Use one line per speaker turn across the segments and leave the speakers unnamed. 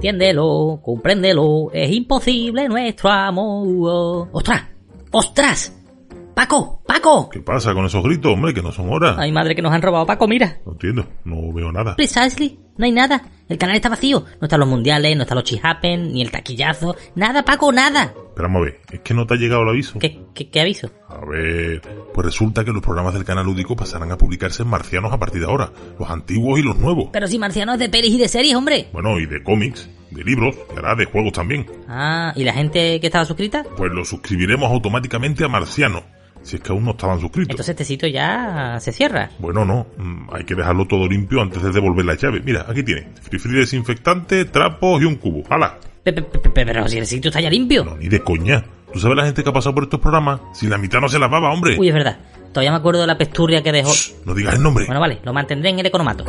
Entiéndelo, compréndelo, es imposible nuestro amor. ¡Ostras! ¡Ostras! ¡Paco! ¡Paco!
¿Qué pasa con esos gritos, hombre? Que no son horas.
¡Ay, madre, que nos han robado! ¡Paco, mira!
No entiendo, no veo nada.
Precisely, no hay nada. El canal está vacío. No están los mundiales, no están los chihapen, ni el taquillazo. Nada, Paco, nada.
Pero vamos a ver, es que no te ha llegado el aviso.
¿Qué, qué, qué aviso?
A ver, pues resulta que los programas del canal lúdico pasarán a publicarse en marcianos a partir de ahora, los antiguos y los nuevos.
Pero si Marciano es de pelis y de series, hombre.
Bueno, y de cómics, de libros, y ahora de juegos también.
Ah, ¿y la gente que estaba suscrita?
Pues los suscribiremos automáticamente a marciano, si es que aún no estaban suscritos.
Entonces este sitio ya se cierra.
Bueno, no, mm, hay que dejarlo todo limpio antes de devolver la llave. Mira, aquí tiene, free free desinfectante, trapos y un cubo. ¡Hala!
Pe- pe- pe- pe- Pero si el sitio está ya limpio.
No, ni de coña. ¿Tú sabes la gente que ha pasado por estos programas? Si la mitad no se lavaba, hombre.
Uy, es verdad. Todavía me acuerdo de la pesturria que dejó.
Shh, no digas el nombre.
Bueno, vale, lo mantendré en el economato.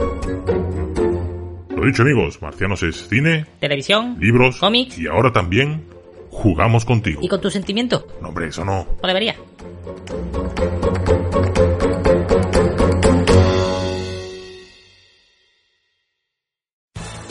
Lo dicho, amigos, Marcianos es cine,
Televisión
libros,
Cómics.
y ahora también jugamos contigo.
y con tus sentimientos.
No, hombre, eso no.
O debería.